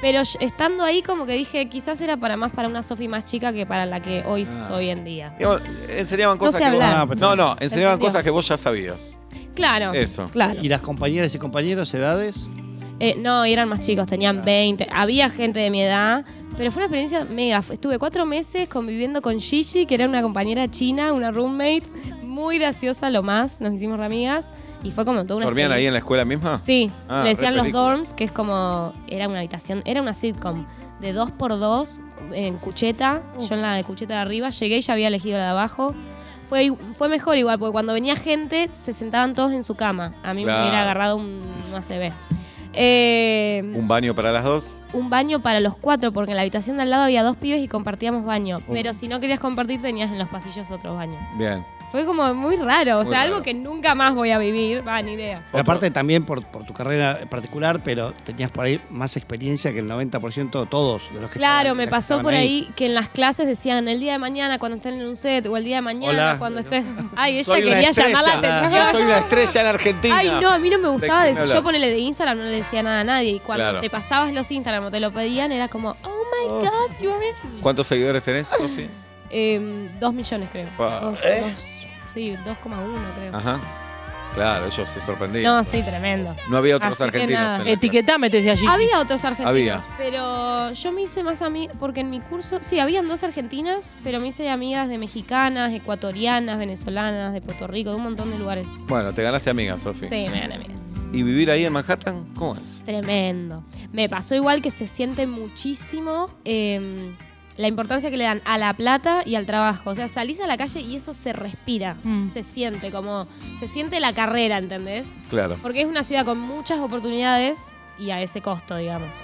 Speaker 3: pero ll- estando ahí como que dije, quizás era para más para una Sofi más chica que para la que hoy
Speaker 2: Ah.
Speaker 3: soy en día.
Speaker 2: Digamos, enseñaban
Speaker 3: No
Speaker 2: cosas
Speaker 3: sé
Speaker 2: que
Speaker 3: hablar.
Speaker 2: vos. No, no, enseñaban
Speaker 3: entendió.
Speaker 2: cosas que vos ya sabías.
Speaker 3: Claro.
Speaker 2: Eso.
Speaker 3: Claro.
Speaker 5: ¿Y las compañeras y compañeros, edades?
Speaker 3: Eh, no, eran más chicos, tenían 20. Había gente de mi edad, pero fue una experiencia mega. F- Estuve cuatro meses conviviendo con Gigi, que era una compañera china, una roommate, muy graciosa, lo más. Nos hicimos re amigas y fue como toda una.
Speaker 2: ¿Dormían ahí
Speaker 3: experiencia.
Speaker 2: en la escuela misma?
Speaker 3: Sí,
Speaker 2: Ah,
Speaker 3: le decían
Speaker 2: re
Speaker 3: los
Speaker 2: película.
Speaker 3: dorms, que es como. Era una habitación, era una sitcom de dos por dos en cucheta. Yo en la de cucheta de arriba llegué y ya había elegido la de abajo. Fue, i- fue mejor igual, porque cuando venía gente se sentaban todos en su cama. A mí
Speaker 2: Claro.
Speaker 3: me hubiera agarrado un, un ACB. Eh,
Speaker 2: Un baño para las dos.
Speaker 3: un baño para los cuatro, porque en la habitación de al lado había dos pibes y compartíamos baño. Pero si no querías compartir, tenías en los pasillos otro baño.
Speaker 2: Bien.
Speaker 3: Fue como muy raro, o
Speaker 2: Muy
Speaker 3: sea,
Speaker 2: raro.
Speaker 3: algo que nunca más voy a vivir, va, ni idea.
Speaker 5: Pero aparte también por, por tu carrera en particular, pero tenías por ahí más experiencia que el 90% de todos de los que
Speaker 3: Claro,
Speaker 5: estaban-
Speaker 3: me
Speaker 5: que
Speaker 3: pasó
Speaker 5: estaban
Speaker 3: por ahí que en las clases decían el día de mañana cuando estén en un set o el día de mañana
Speaker 5: Hola.
Speaker 3: cuando estén. Ay, ella quería llamar la atención.
Speaker 2: una estrella en Argentina.
Speaker 3: Ay, no, a mí no me gustaba
Speaker 2: ¿De qué
Speaker 3: decir.
Speaker 2: me
Speaker 3: Yo
Speaker 2: hablas?
Speaker 3: ponele de Instagram, no le decía nada a nadie. Y cuando
Speaker 2: Claro.
Speaker 3: te pasabas los Instagram o te lo pedían, era como, oh my god, you are in-".
Speaker 2: ¿Cuántos seguidores tenés, Sofi?
Speaker 3: Em, dos millones, creo.
Speaker 2: Pa. ¿Eh? Ah,
Speaker 3: Dos, dos- sí, 2,1 creo.
Speaker 2: Ajá. Claro, ellos se sorprendían.
Speaker 3: No, sí, tremendo.
Speaker 2: No había otros
Speaker 3: Así que nada.
Speaker 2: argentinos. en la
Speaker 4: Etiquetame, te Ah, decía Gigi.
Speaker 3: Había otros argentinos,
Speaker 2: Había.
Speaker 3: pero yo me hice más a mí, porque en mi curso, sí, habían dos argentinas, pero me hice amigas de mexicanas, ecuatorianas, venezolanas, de Puerto Rico, de un montón de lugares.
Speaker 2: clase. Bueno, te ganaste amiga, Sofi.
Speaker 3: Sí, me gané amigas.
Speaker 2: ¿Y vivir ahí en Manhattan? ¿Cómo es?
Speaker 3: Tremendo. Me pasó igual que se siente muchísimo eh, la importancia que le dan a la plata y al trabajo. O sea, salís a la calle y eso se respira,
Speaker 4: Mm.
Speaker 3: se siente como, se siente la carrera, ¿entendés?
Speaker 2: Claro.
Speaker 3: Porque es una ciudad con muchas oportunidades y a ese costo, digamos.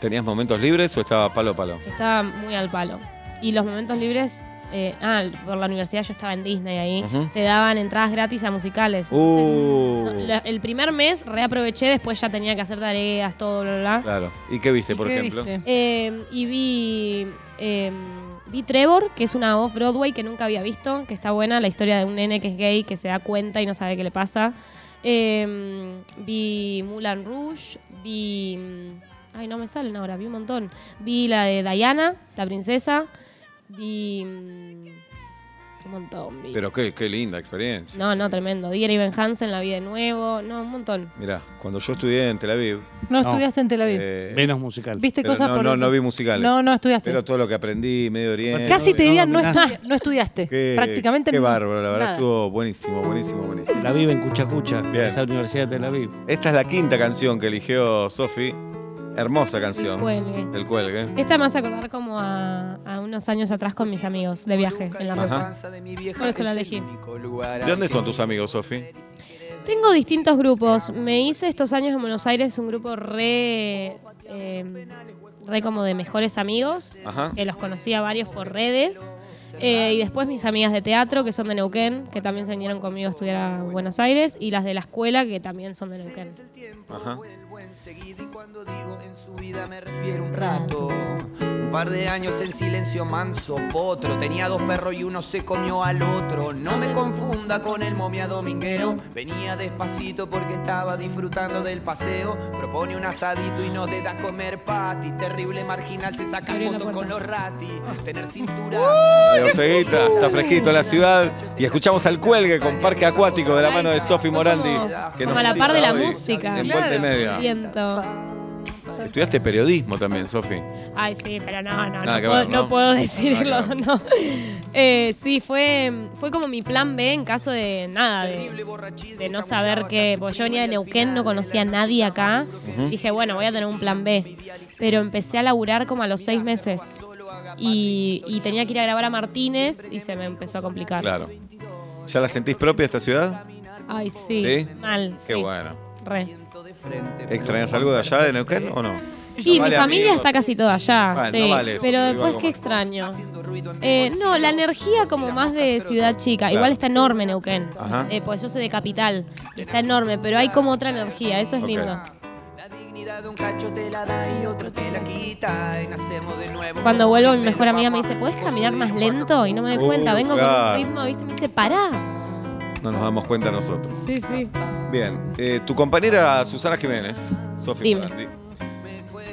Speaker 2: ¿Tenías momentos libres o estaba palo a palo?
Speaker 3: Estaba muy al palo. Y los momentos libres, eh, ah, por la universidad yo estaba en Disney ahí,
Speaker 2: Ujú.
Speaker 3: te daban entradas gratis a musicales. Entonces,
Speaker 2: Uh,
Speaker 3: no, la- el primer mes reaproveché, después ya tenía que hacer tareas, todo, bla, bla. bla.
Speaker 2: claro. ¿Y qué viste, por
Speaker 4: ¿Qué
Speaker 2: ejemplo?
Speaker 4: viste?
Speaker 3: Eh, y vi, eh, vi Trevor, que es una off-Broadway que nunca había visto, que está buena, la historia de un nene que es gay, que se da cuenta y no sabe qué le pasa. Eh, vi Mulan Rouge, vi... mm, Ay, no me salen ahora, vi un montón. Vi la de Diana, la princesa, vi... mm, Un montón, vi.
Speaker 2: Pero qué, qué linda experiencia.
Speaker 3: No, no, tremendo. Dear Evan Hansen, la vi de nuevo, no, un montón.
Speaker 2: Mirá, cuando yo estudié en Tel Aviv.
Speaker 4: No,
Speaker 5: No.
Speaker 4: estudiaste en Tel Aviv.
Speaker 2: eh,
Speaker 5: Menos musical.
Speaker 4: ¿Viste
Speaker 2: pero
Speaker 4: cosas
Speaker 2: no,
Speaker 4: por
Speaker 2: no,
Speaker 4: otro-
Speaker 2: no vi musicales.
Speaker 4: No, no estudiaste.
Speaker 2: Pero todo lo que aprendí, Medio Oriente.
Speaker 4: Casi te
Speaker 5: no
Speaker 4: dirían, no,
Speaker 5: dominás.
Speaker 4: estudi- no estudiaste.
Speaker 2: Qué,
Speaker 4: Prácticamente
Speaker 2: Qué
Speaker 4: no-
Speaker 2: bárbaro, la verdad
Speaker 4: nada.
Speaker 2: estuvo buenísimo, buenísimo, buenísimo.
Speaker 5: La vive en Cuchacucha,
Speaker 2: Bien.
Speaker 5: esa universidad de Tel Aviv.
Speaker 2: Esta es la quinta canción que eligió Sofi. Hermosa canción.
Speaker 3: Cuelgue.
Speaker 2: El cuelgue.
Speaker 3: Esta me hace acordar como a, a unos años atrás con mis amigos de viaje en la
Speaker 2: Ajá.
Speaker 3: ruta. Por eso la elegí.
Speaker 2: ¿De dónde son tus amigos, Sofi?
Speaker 3: Tengo distintos grupos. Me hice estos años en Buenos Aires un grupo re. eh, re como de mejores amigos,
Speaker 2: Ajá.
Speaker 3: que los conocí a varios por redes. Eh, y después mis amigas de teatro, que son de Neuquén, que también se vinieron conmigo a estudiar a Buenos Aires. Y las de la escuela, que también son de Neuquén.
Speaker 2: Ajá.
Speaker 8: Vuelvo enseguida y cuando digo en su vida me refiero a un rato. Un par de años en silencio manso, potro. Tenía dos perros y uno se comió al otro. No me confunda con el momia dominguero. Venía despacito porque estaba disfrutando del paseo. Propone un asadito y no te da comer pati. Terrible marginal, se saca
Speaker 3: Abrió la
Speaker 8: foto con
Speaker 3: puerta.
Speaker 8: los rati. Tener cintura.
Speaker 2: De Orteguita, está fresquito la ciudad. Y escuchamos al cuelgue con Parque Acuático de la mano de Sofi Morandi.
Speaker 3: Como,
Speaker 2: que nos
Speaker 3: como a la par de la
Speaker 2: visita hoy
Speaker 3: música.
Speaker 2: En vuelta y media.
Speaker 3: Siento.
Speaker 2: Estudiaste periodismo también, Sofi.
Speaker 3: Ay, sí, pero no, no,
Speaker 2: Nada
Speaker 3: no,
Speaker 2: que
Speaker 3: puedo,
Speaker 2: ver, ¿no?
Speaker 3: no puedo decirlo,
Speaker 2: Nada que ver.
Speaker 3: no. Eh, sí, fue, fue como mi plan B en caso de nada, de, de no saber qué, porque yo venía de Neuquén, no conocía a nadie acá. Dije, bueno, voy a tener un plan B. Pero empecé a laburar como a los seis meses y, y tenía que ir a grabar a Martínez y se me empezó a complicar.
Speaker 2: Claro. ¿Ya la sentís propia esta ciudad?
Speaker 3: Ay, sí,
Speaker 2: ¿Sí?
Speaker 3: mal,
Speaker 2: Qué
Speaker 3: sí,
Speaker 2: bueno.
Speaker 3: re.
Speaker 2: ¿Extrañas algo de allá de Neuquén o no?
Speaker 3: Y
Speaker 2: No vale
Speaker 3: mi familia
Speaker 2: amigos.
Speaker 3: está casi toda allá,
Speaker 2: Bueno,
Speaker 3: sí.
Speaker 2: no vale eso,
Speaker 3: pero
Speaker 2: pero
Speaker 3: después
Speaker 2: igual
Speaker 3: qué
Speaker 2: como-
Speaker 3: extraño. Eh, no, la energía como más de ciudad chica. Igual está enorme Neuquén.
Speaker 2: Ajá.
Speaker 3: Eh, pues yo soy de capital. y Está enorme, pero hay como otra energía. Eso es
Speaker 2: Ok.
Speaker 3: lindo.
Speaker 8: dignidad de un cacho te la da y otro te la quita. Y nacemos de nuevo.
Speaker 3: Cuando vuelvo, mi mejor amiga me dice, ¿puedes caminar más lento? Y no me doy
Speaker 2: Uh,
Speaker 3: cuenta, vengo
Speaker 2: claro.
Speaker 3: con un ritmo, ¿viste? Me dice, pará.
Speaker 2: No nos damos cuenta nosotros.
Speaker 3: Sí, sí.
Speaker 2: Bien, eh, tu compañera Susana Jiménez, Sofi
Speaker 3: Dime.
Speaker 2: Morandi,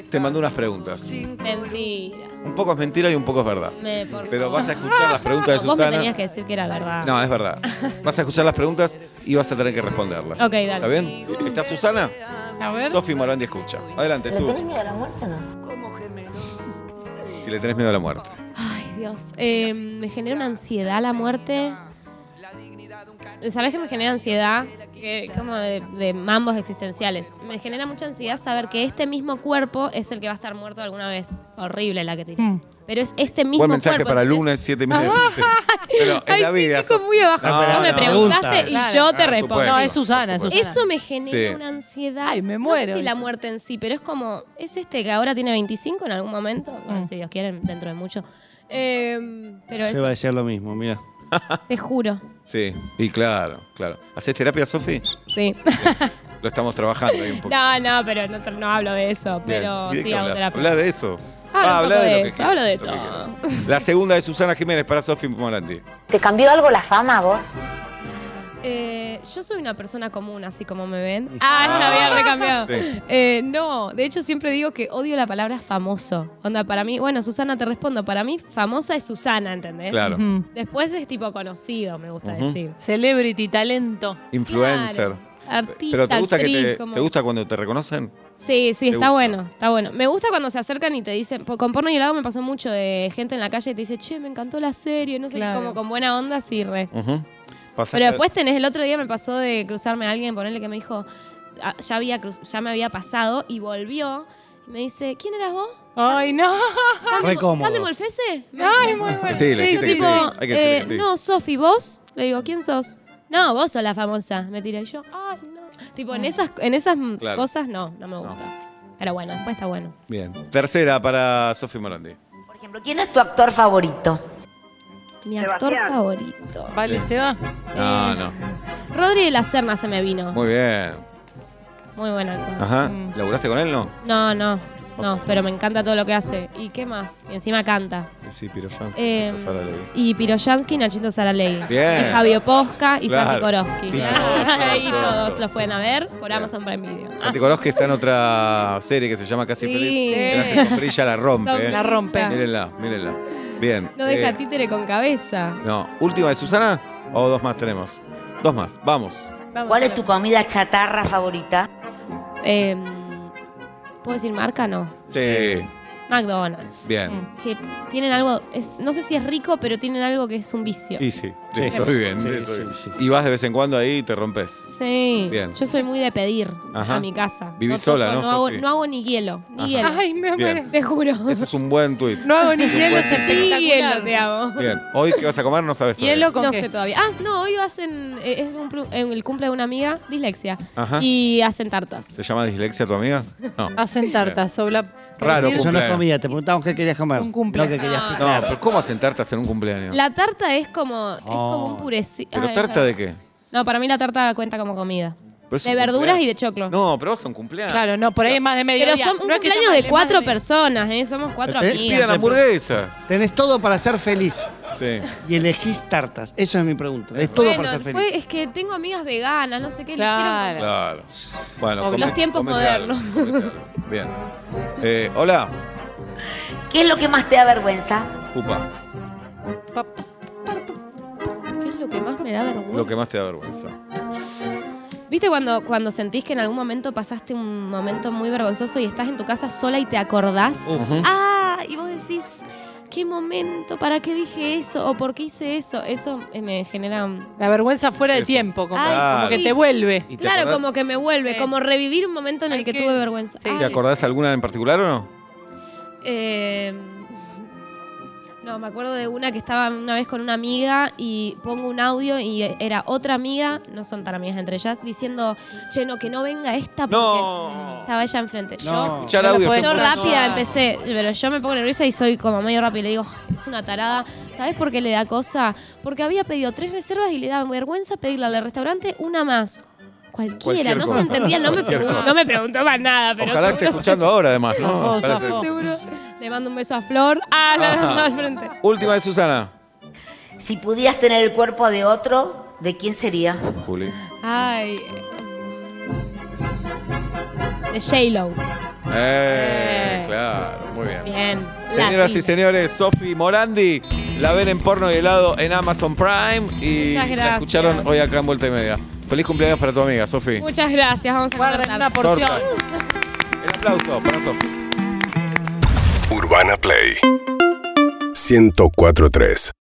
Speaker 2: te mandó unas preguntas.
Speaker 3: Mentira.
Speaker 2: Un poco es mentira y un poco es verdad.
Speaker 3: Me, por
Speaker 2: Pero
Speaker 3: favor.
Speaker 2: vas a escuchar las preguntas de
Speaker 3: Vos me
Speaker 2: Susana.
Speaker 3: tenías que decir que era verdad.
Speaker 2: No, eh. es verdad. Vas a escuchar las preguntas y vas a tener que responderlas.
Speaker 3: Ok, dale.
Speaker 2: ¿Está bien? ¿Está Susana?
Speaker 4: A ver.
Speaker 2: Sofi Morandi escucha. Adelante,
Speaker 6: ¿Le tenés
Speaker 2: sube.
Speaker 6: miedo a la muerte o no?
Speaker 2: Si le tenés miedo a la muerte.
Speaker 3: Ay, Dios. Eh, me genera una ansiedad la muerte. ¿Sabés que me genera ansiedad? Que- como de, de mambos existenciales. Me genera mucha ansiedad saber que este mismo cuerpo es el que va a estar muerto alguna vez. Horrible la que tiré.
Speaker 4: Mm.
Speaker 3: Pero es este mismo
Speaker 2: Buen mensaje
Speaker 3: cuerpo,
Speaker 2: para el
Speaker 3: ¿entendés?
Speaker 2: lunes, 7 mil. Pero en
Speaker 3: Ay,
Speaker 2: la vida.
Speaker 3: sí, chicos,
Speaker 2: Sofi.
Speaker 3: muy abajo.
Speaker 2: No,
Speaker 3: No, me
Speaker 2: no.
Speaker 3: preguntaste y
Speaker 4: Pregunta.
Speaker 3: yo te
Speaker 2: Ah,
Speaker 3: respondo.
Speaker 2: supuesto.
Speaker 4: No, es Susana, es Susana.
Speaker 3: Eso me genera
Speaker 2: Sí.
Speaker 3: una ansiedad.
Speaker 4: Ay, me
Speaker 3: No
Speaker 4: muero.
Speaker 3: sé si la muerte en sí, pero es como, es este que ahora tiene 25 en algún momento,
Speaker 4: Mm.
Speaker 3: Bueno, si Dios quiere, dentro de mucho. Eh, pero
Speaker 5: Se va a
Speaker 3: eso,
Speaker 5: decir lo mismo, mira.
Speaker 3: te juro.
Speaker 2: Sí, y claro, claro. ¿Haces terapia, Sofi?
Speaker 3: Sí.
Speaker 2: Lo estamos trabajando ahí un poco.
Speaker 3: no, no, pero no, no hablo de eso.
Speaker 2: Bien.
Speaker 3: Pero
Speaker 2: ¿Y de
Speaker 3: sí
Speaker 2: qué
Speaker 3: hago
Speaker 2: hablas?
Speaker 3: terapia.
Speaker 2: Habla de eso. Ah,
Speaker 3: Hablo
Speaker 2: habla
Speaker 3: un poco
Speaker 2: de,
Speaker 3: de
Speaker 2: lo que
Speaker 3: eso,
Speaker 2: quieras,
Speaker 3: hablo de
Speaker 2: lo que
Speaker 3: todo.
Speaker 2: quieras. La segunda de Susana Jiménez para Sofi Morandi.
Speaker 9: ¿Te cambió algo la fama vos?
Speaker 3: Eh, yo soy una persona común, así como me ven. Ah, esta había recambiado.
Speaker 2: Sí.
Speaker 3: Eh, no, de hecho siempre digo que odio la palabra famoso. Onda, para mí, bueno, Susana, te respondo. Para mí, famosa es Susana, ¿entendés?
Speaker 2: Claro.
Speaker 4: Mm.
Speaker 3: Después es tipo conocido, me gusta
Speaker 2: Ujú.
Speaker 3: decir.
Speaker 4: Celebrity, talento.
Speaker 2: Influencer.
Speaker 3: Claro, Artista,
Speaker 2: Pero te gusta
Speaker 3: actriz,
Speaker 2: que te,
Speaker 3: como-
Speaker 2: te gusta cuando te reconocen.
Speaker 3: Sí, sí,
Speaker 2: te gusta.
Speaker 3: está bueno, está bueno. Me gusta cuando se acercan y te dicen, po- con porno y helado me pasó mucho de gente en la calle y te dice, che, me encantó la serie, no sé, qué,
Speaker 4: Claro.
Speaker 3: como con buena onda, sí, re.
Speaker 2: Ujú. Pasa
Speaker 3: Pero
Speaker 2: que-
Speaker 3: después tenés el otro día me pasó de cruzarme a alguien, ponerle que me dijo, "Ah, ya, había cruz- ya me había pasado y volvió. Y me dice, ¿quién eras vos?
Speaker 4: Ay, no.
Speaker 5: Re cómodo.
Speaker 3: ¿Cándemo el Fese? Me
Speaker 4: Ay,
Speaker 3: dice.
Speaker 4: muy bueno.
Speaker 2: Sí, le
Speaker 3: Yo
Speaker 2: dijiste que sí.
Speaker 3: tipo,
Speaker 2: Hay que decirle
Speaker 3: eh,
Speaker 2: que sí.
Speaker 3: no, Sofi, ¿vos? Le digo, ¿quién sos? No, vos sos la famosa. Me tira y yo, ay, no. Tipo, en esas, en esas m-
Speaker 2: Claro.
Speaker 3: cosas no, no me gusta. Pero bueno, después está bueno.
Speaker 2: Bien. Tercera para Sofi Morandi.
Speaker 9: Por ejemplo, ¿quién es tu actor favorito?
Speaker 3: Mi actor favorito.
Speaker 4: Vale, se va.
Speaker 2: No,
Speaker 3: Eh.
Speaker 2: no.
Speaker 3: Rodri de la Serna se me vino. Muy,
Speaker 2: Muy bien.
Speaker 3: buen actor. Mm.
Speaker 2: Ajá. ¿Laburaste con él, no?
Speaker 3: No, no, no, pero me encanta todo lo que hace. ¿Y qué más? Y encima canta.
Speaker 2: Sí, pero
Speaker 3: Eh, y Pirojansky, Nachito Saralegui.
Speaker 2: Bien.
Speaker 3: Y Fabio Posca y
Speaker 2: Claro.
Speaker 3: Santi Korowski.
Speaker 2: Sí,
Speaker 3: y todos los pueden ver por Amazon Prime Video.
Speaker 2: Santi Korowski está en otra serie que se llama Casi
Speaker 3: ah. Sí.
Speaker 2: Feliz. Que la hace sombrilla, la rompe. eh.
Speaker 4: La rompe.
Speaker 2: Mírenla, mírenla. Bien.
Speaker 3: No deja
Speaker 2: eh,
Speaker 3: títere con cabeza.
Speaker 2: No. ¿Última de Susana? ¿O dos más tenemos? Dos más. Vamos.
Speaker 4: Vamos,
Speaker 9: ¿Cuál
Speaker 4: a
Speaker 9: es
Speaker 4: ver.
Speaker 9: tu comida chatarra favorita?
Speaker 3: Eh, ¿Puedo decir marca? No.
Speaker 2: Sí.
Speaker 3: McDonald's.
Speaker 2: Bien.
Speaker 3: Que tienen algo, es- no sé si es rico, pero tienen algo que es un vicio.
Speaker 2: Y sí.
Speaker 5: Sí.
Speaker 2: de eso viven,
Speaker 5: Sí,
Speaker 2: de eso
Speaker 5: sí,
Speaker 2: viven.
Speaker 5: sí.
Speaker 2: Y vas de vez en cuando ahí y te rompes.
Speaker 3: Sí.
Speaker 2: Bien.
Speaker 3: Yo soy muy de pedir
Speaker 2: Ajá.
Speaker 3: a mi casa.
Speaker 2: Vivís
Speaker 3: toco,
Speaker 2: sola, ¿no,
Speaker 3: hago,
Speaker 2: Sofi?
Speaker 3: no hago ni hielo. Ni
Speaker 2: Ajá.
Speaker 3: hielo.
Speaker 4: Ay, me
Speaker 2: Bien.
Speaker 4: muero.
Speaker 3: te juro.
Speaker 2: Ese es un buen tuit.
Speaker 4: No hago ni hielo, es
Speaker 3: Ni hielo
Speaker 4: espectacular.
Speaker 3: te hago.
Speaker 2: Bien. Hoy qué vas a comer no sabes todavía.
Speaker 4: Hielo con
Speaker 3: No
Speaker 4: qué?
Speaker 3: sé todavía. Ah, no, hoy hacen. eh, Es un plu- en el cumple de una amiga, dislexia.
Speaker 2: Ajá.
Speaker 3: Y hacen tartas.
Speaker 2: ¿Se llama dislexia tu amiga? No.
Speaker 4: Hacen tartas, sobla.
Speaker 2: Raro,
Speaker 4: decir?
Speaker 5: Eso no es
Speaker 2: cumpleaños.
Speaker 5: comida, te preguntamos qué querías comer.
Speaker 4: Un cumpleaños.
Speaker 5: Lo que querías
Speaker 3: No.
Speaker 2: No,
Speaker 5: picar.
Speaker 2: pero ¿cómo hacen tartas en un cumpleaños?
Speaker 3: Ah. La tarta es como. Es como un
Speaker 5: Oh.
Speaker 3: purecito.
Speaker 2: ¿Pero tarta de qué?
Speaker 3: No, para mí la tarta cuenta como comida.
Speaker 4: Eh,
Speaker 2: Pero es
Speaker 3: De
Speaker 2: un
Speaker 3: verduras
Speaker 2: cumpleaños.
Speaker 3: y de choclo.
Speaker 2: No, pero vas a un cumpleaños.
Speaker 4: Claro, no, por ahí es más de medio
Speaker 3: Pero son un cumpleaños de cuatro personas, ¿eh? Somos cuatro
Speaker 5: Pero te-
Speaker 2: Este, Pidan
Speaker 3: amigas.
Speaker 2: hamburguesas.
Speaker 5: Tenés todo para ser feliz
Speaker 2: Sí.
Speaker 5: y elegís tartas. Eso es mi pregunta. Tenés todo
Speaker 3: Bueno,
Speaker 5: para ser feliz.
Speaker 3: fue- es que tengo amigas veganas, no sé qué.
Speaker 4: Claro.
Speaker 3: eligieron
Speaker 2: Claro. Bueno,
Speaker 4: Los
Speaker 3: tiempos
Speaker 2: comete algo,
Speaker 3: modernos.
Speaker 2: comete algo. Bien. Eh, hola.
Speaker 9: ¿Qué es lo que más te da vergüenza?
Speaker 2: Upa,
Speaker 3: como- ¿Qué es lo que más me da vergüenza?
Speaker 2: lo que más te da vergüenza.
Speaker 3: ¿Viste cuando, cuando sentís que en algún momento pasaste un momento muy vergonzoso y estás en tu casa sola y te acordás?
Speaker 2: Ujú.
Speaker 3: Ah, y vos decís, ¿qué momento? ¿Para qué dije eso? ¿O por qué hice eso? Eso eh, me genera... un-
Speaker 4: La vergüenza fuera de
Speaker 2: Eso.
Speaker 4: tiempo, como,
Speaker 3: Ay,
Speaker 4: como que
Speaker 3: sí.
Speaker 4: te vuelve.
Speaker 2: ¿Y te
Speaker 3: Claro,
Speaker 2: acordás-
Speaker 3: como que me vuelve,
Speaker 4: Sí.
Speaker 3: como revivir un momento en el
Speaker 4: Ay,
Speaker 3: que
Speaker 4: qué-
Speaker 3: tuve vergüenza.
Speaker 4: sí.
Speaker 3: Ay,
Speaker 2: ¿Te acordás alguna en particular o no?
Speaker 3: eh, no, me acuerdo de una que estaba una vez con una amiga y pongo un audio y era otra amiga, no son tan amigas entre ellas, diciendo, che, no, que no venga esta porque
Speaker 2: No.
Speaker 3: estaba ella enfrente. Yo
Speaker 5: No.
Speaker 2: Escuchar
Speaker 4: No lo
Speaker 2: audio.
Speaker 4: podés-
Speaker 3: Yo
Speaker 4: Pero
Speaker 3: rápida
Speaker 4: no.
Speaker 3: empecé, pero yo me pongo nerviosa y soy como medio rápida. Le digo, es una tarada. ¿Sabes por qué le da cosa? Porque había pedido tres reservas y le da vergüenza pedirle al restaurante una más. Cualquiera,
Speaker 2: Cualquier
Speaker 3: no
Speaker 2: cosa.
Speaker 3: se entendía, no me,
Speaker 2: Cualquier
Speaker 3: preguntó,
Speaker 2: cosa.
Speaker 3: no me preguntó más nada. Pero
Speaker 2: Ojalá esté
Speaker 3: seguro se-
Speaker 2: escuchando ahora, además, ¿no?
Speaker 4: Zafó,
Speaker 2: Ojalá esté-
Speaker 4: zafó.
Speaker 3: seguro. Le mando un beso a Flor. Ah, la,
Speaker 2: Ajá.
Speaker 3: al frente.
Speaker 2: Última de Susana.
Speaker 9: Si pudieras tener el cuerpo de otro, ¿de quién sería?
Speaker 2: Juli.
Speaker 3: Ay. eh, De J-Lo.
Speaker 2: Eh, claro, muy bien.
Speaker 3: Bien.
Speaker 2: Señoras
Speaker 3: Latina.
Speaker 2: y señores, Sofi Morandi, la ven en porno y helado en Amazon Prime y
Speaker 3: Muchas
Speaker 2: la
Speaker 3: gracias.
Speaker 2: escucharon hoy acá en Vuelta y Media. Feliz cumpleaños para tu amiga, Sofi.
Speaker 3: Muchas gracias. Vamos a
Speaker 4: Guarden
Speaker 3: cortar.
Speaker 4: una porción.
Speaker 2: Torta. El aplauso para Sofi.
Speaker 10: Urbana Play 1043